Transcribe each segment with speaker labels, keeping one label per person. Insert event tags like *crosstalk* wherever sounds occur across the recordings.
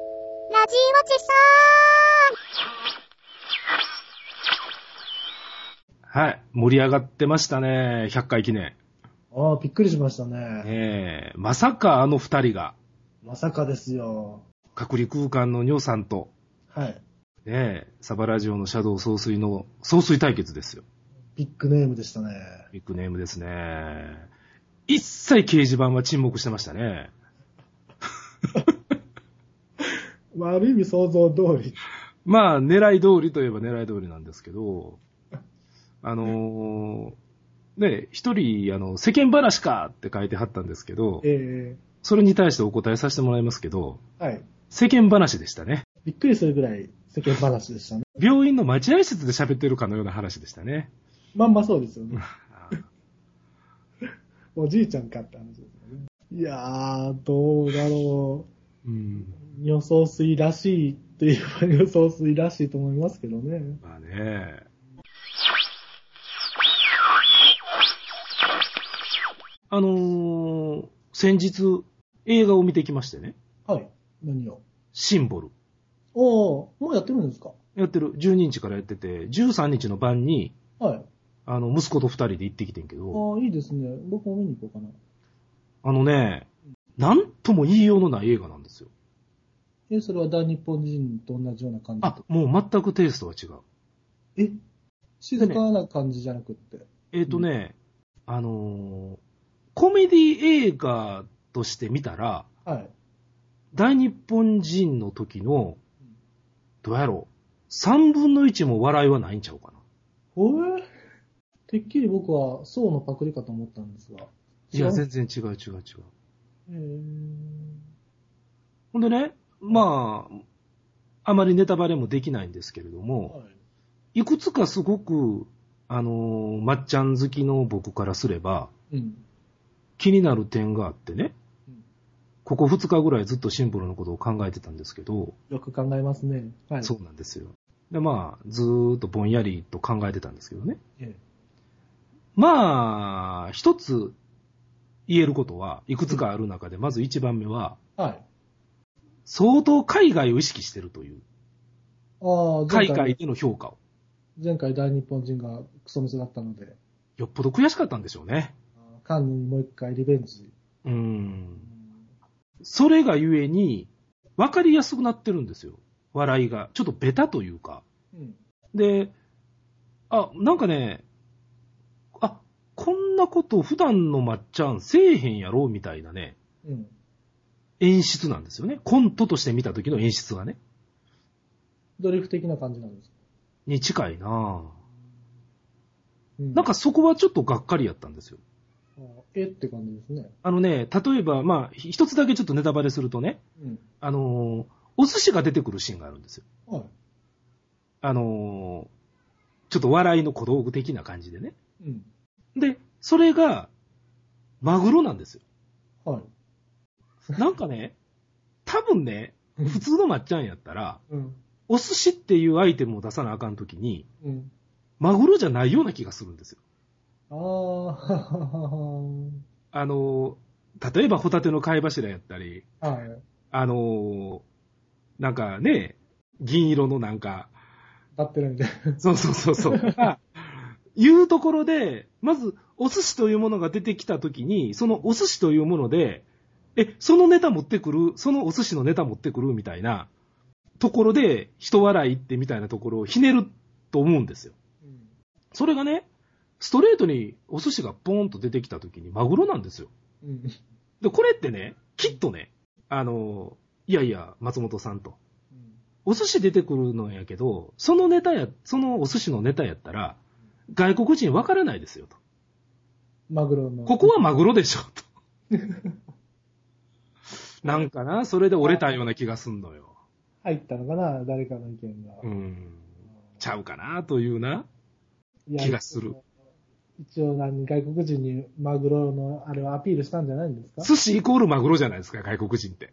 Speaker 1: じおじさ
Speaker 2: はい。盛り上がってましたね。100回記念。
Speaker 3: ああ、びっくりしましたね。
Speaker 2: ええまさかあの二人が、
Speaker 3: まさかですよ。
Speaker 2: 隔離空間のニョさんと、
Speaker 3: はい。
Speaker 2: ねえ、サバラジオのシャドウ総帥の総帥対決ですよ。
Speaker 3: ビッグネームでしたね。
Speaker 2: ビッグネームですね。一切掲示板は沈黙してましたね。
Speaker 3: まあ、ある意味想像通り。
Speaker 2: まあ、狙い通りといえば狙い通りなんですけど、あのーね、一人、あの、世間話かって書いてはったんですけど、
Speaker 3: え
Speaker 2: それに対してお答えさせてもらいますけど、
Speaker 3: えはい。
Speaker 2: 世間話でしたね。
Speaker 3: びっくりするぐらい世間話でしたね。
Speaker 2: 病院の待合室で喋ってるかのような話でしたね。
Speaker 3: まんまそうですよね。 *laughs* おじいちゃんかって話ですよね。いやー、どうだろ
Speaker 2: うん。
Speaker 3: う。予想水らしいって言えば予想水らしいと思いますけどね。
Speaker 2: まあね。あのー先日映画を見てきましてね。
Speaker 3: はい。何を
Speaker 2: シンボル。
Speaker 3: おー、もうやってるんですか
Speaker 2: やってる。12日からやってて、13日の晩に、
Speaker 3: はい。
Speaker 2: あの、息子と2人で行ってきてんけ
Speaker 3: あ
Speaker 2: ど、
Speaker 3: ー、いいですね。僕も見に行こうかな。
Speaker 2: あのね、なんとも言いようのない映画なんですよ。
Speaker 3: え、それは大日本人と同じような感じ
Speaker 2: あ、もう全くテイストは違う。
Speaker 3: え静かな感じじゃなくって。
Speaker 2: えっ、とね、あのーコメディ映画として見たら、
Speaker 3: はい。
Speaker 2: 大日本人の時の、どうやろう、3分の1も笑いはないんちゃうかな。
Speaker 3: ほえてっきり僕は、層のパクリかと思ったんですが。
Speaker 2: いや、
Speaker 3: 違う
Speaker 2: 全然違う違う違う。
Speaker 3: えー
Speaker 2: ほんでね、まあ、あまりネタバレもできないんですけれども、
Speaker 3: はい。
Speaker 2: いくつかすごく、あのーまっちゃん好きの僕からすれば、
Speaker 3: うん。
Speaker 2: 気になる点があってね
Speaker 3: うん、
Speaker 2: ここ2日ぐらいずっとシンボルのことを考えてたんですけど、
Speaker 3: よく考えますね。はい。
Speaker 2: そうなんですよ。で、まあ、ずーっとぼんやりと考えてたんですけどね。
Speaker 3: ええ
Speaker 2: まあ、一つ言えることは、いくつかある中で、まず一番目は、
Speaker 3: はい。
Speaker 2: 相当海外を意識してるという、
Speaker 3: ああ、前
Speaker 2: 海外
Speaker 3: 回、
Speaker 2: での評価を。
Speaker 3: 前回大日本人がクソ店だったので、
Speaker 2: よっぽど悔しかったんでしょうね。
Speaker 3: あーカンヌにもう一回リベンジ。
Speaker 2: う。
Speaker 3: うんん
Speaker 2: それがゆえに、わかりやすくなってるんですよ。笑いが。ちょっとベタというか。
Speaker 3: うん。
Speaker 2: で、あ、なんかね、あ、こんなこと普段のまっちゃんせえへんやろ、みたいなね。
Speaker 3: うん。
Speaker 2: 演出なんですよね。コントとして見た時の演出がね。
Speaker 3: ドリフ的な感じなんです。
Speaker 2: に近いなぁ。
Speaker 3: うん
Speaker 2: なんか、そこはちょっとがっかりやったんですよ。
Speaker 3: あーえって感じですね。
Speaker 2: あのね、例えば、まあ、ひ一つだけちょっとネタバレするとね、
Speaker 3: うん。
Speaker 2: あのーお寿司が出てくるシーンがあるんですよ。
Speaker 3: はい。
Speaker 2: あのーちょっと笑いの小道具的な感じでね。
Speaker 3: うん。
Speaker 2: で、それが、マグロなんですよ。
Speaker 3: はい。
Speaker 2: なんかね、多分ね、普通のまっちゃんやったら、
Speaker 3: うん。
Speaker 2: お寿司っていうアイテムを出さなあかんときに、
Speaker 3: うん。
Speaker 2: マグロじゃないような気がするんですよ
Speaker 3: ああ、ははは
Speaker 2: あの、例えばホタテの貝柱やったり、
Speaker 3: は。はい。
Speaker 2: あの、なんかね、銀色のなんか、
Speaker 3: 立ってるみたいな。
Speaker 2: そうそうそうそう、あいうところで、まず、お寿司というものが出てきたときに、そのお寿司というもので、え、そのネタ持ってくるそのお寿司のネタ持ってくるみたいなところで、人笑いってみたいなところをひねると思うんですよ。
Speaker 3: うん。
Speaker 2: それがね、ストレートにお寿司がポーンと出てきたときにマグロなんですよ。
Speaker 3: うん。
Speaker 2: で、これってね、きっとね、あの、いやいや、松本さんと。お寿司出てくるのやけど、そのネタや、そのお寿司のネタやったら、外国人わからないですよと。
Speaker 3: マグロの。
Speaker 2: ここはマグロでしょ、と。
Speaker 3: *laughs*
Speaker 2: なんかな、それで折れたような気がすんのよ。
Speaker 3: 入ったのかな誰かの意見が。
Speaker 2: うん。ちゃうかな、というな。
Speaker 3: いや
Speaker 2: 気がする。
Speaker 3: 一応何、外国人にマグロのあれをアピールしたんじゃないんですか
Speaker 2: 寿司イコールマグロじゃないですか、外国人って。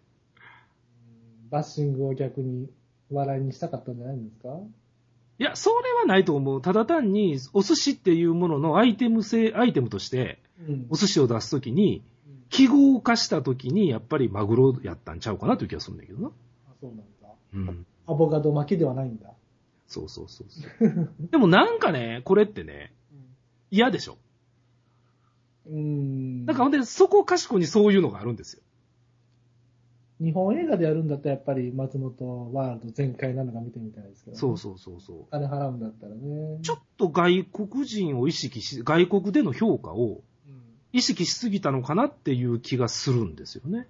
Speaker 3: バッシングを逆に笑いにしたかったんじゃないんですか
Speaker 2: いや、それはないと思う。ただ単に、お寿司っていうもののアイテム性、アイテムとして、
Speaker 3: うん
Speaker 2: お寿司を出すときに、記号化したときに、やっぱりマグロやったんちゃうかなという気がするんだけどな。
Speaker 3: あそうなんだ。
Speaker 2: うん。
Speaker 3: アボカド巻きではないんだ。
Speaker 2: そうそうそうそう。でもなんかね、これってね、嫌でしょ。
Speaker 3: うん。
Speaker 2: なんかほんで、そこかしこにそういうのがあるんですよ。
Speaker 3: 日本映画でやるんだったらやっぱり松本ワールド全開なのが見てみたいですけど、。
Speaker 2: そううそうそうそう。
Speaker 3: 金払うんだったらね。
Speaker 2: ちょっと外国人を意識し、外国での評価を
Speaker 3: うん
Speaker 2: 意識しすぎたのかなっていう気がするんですよね。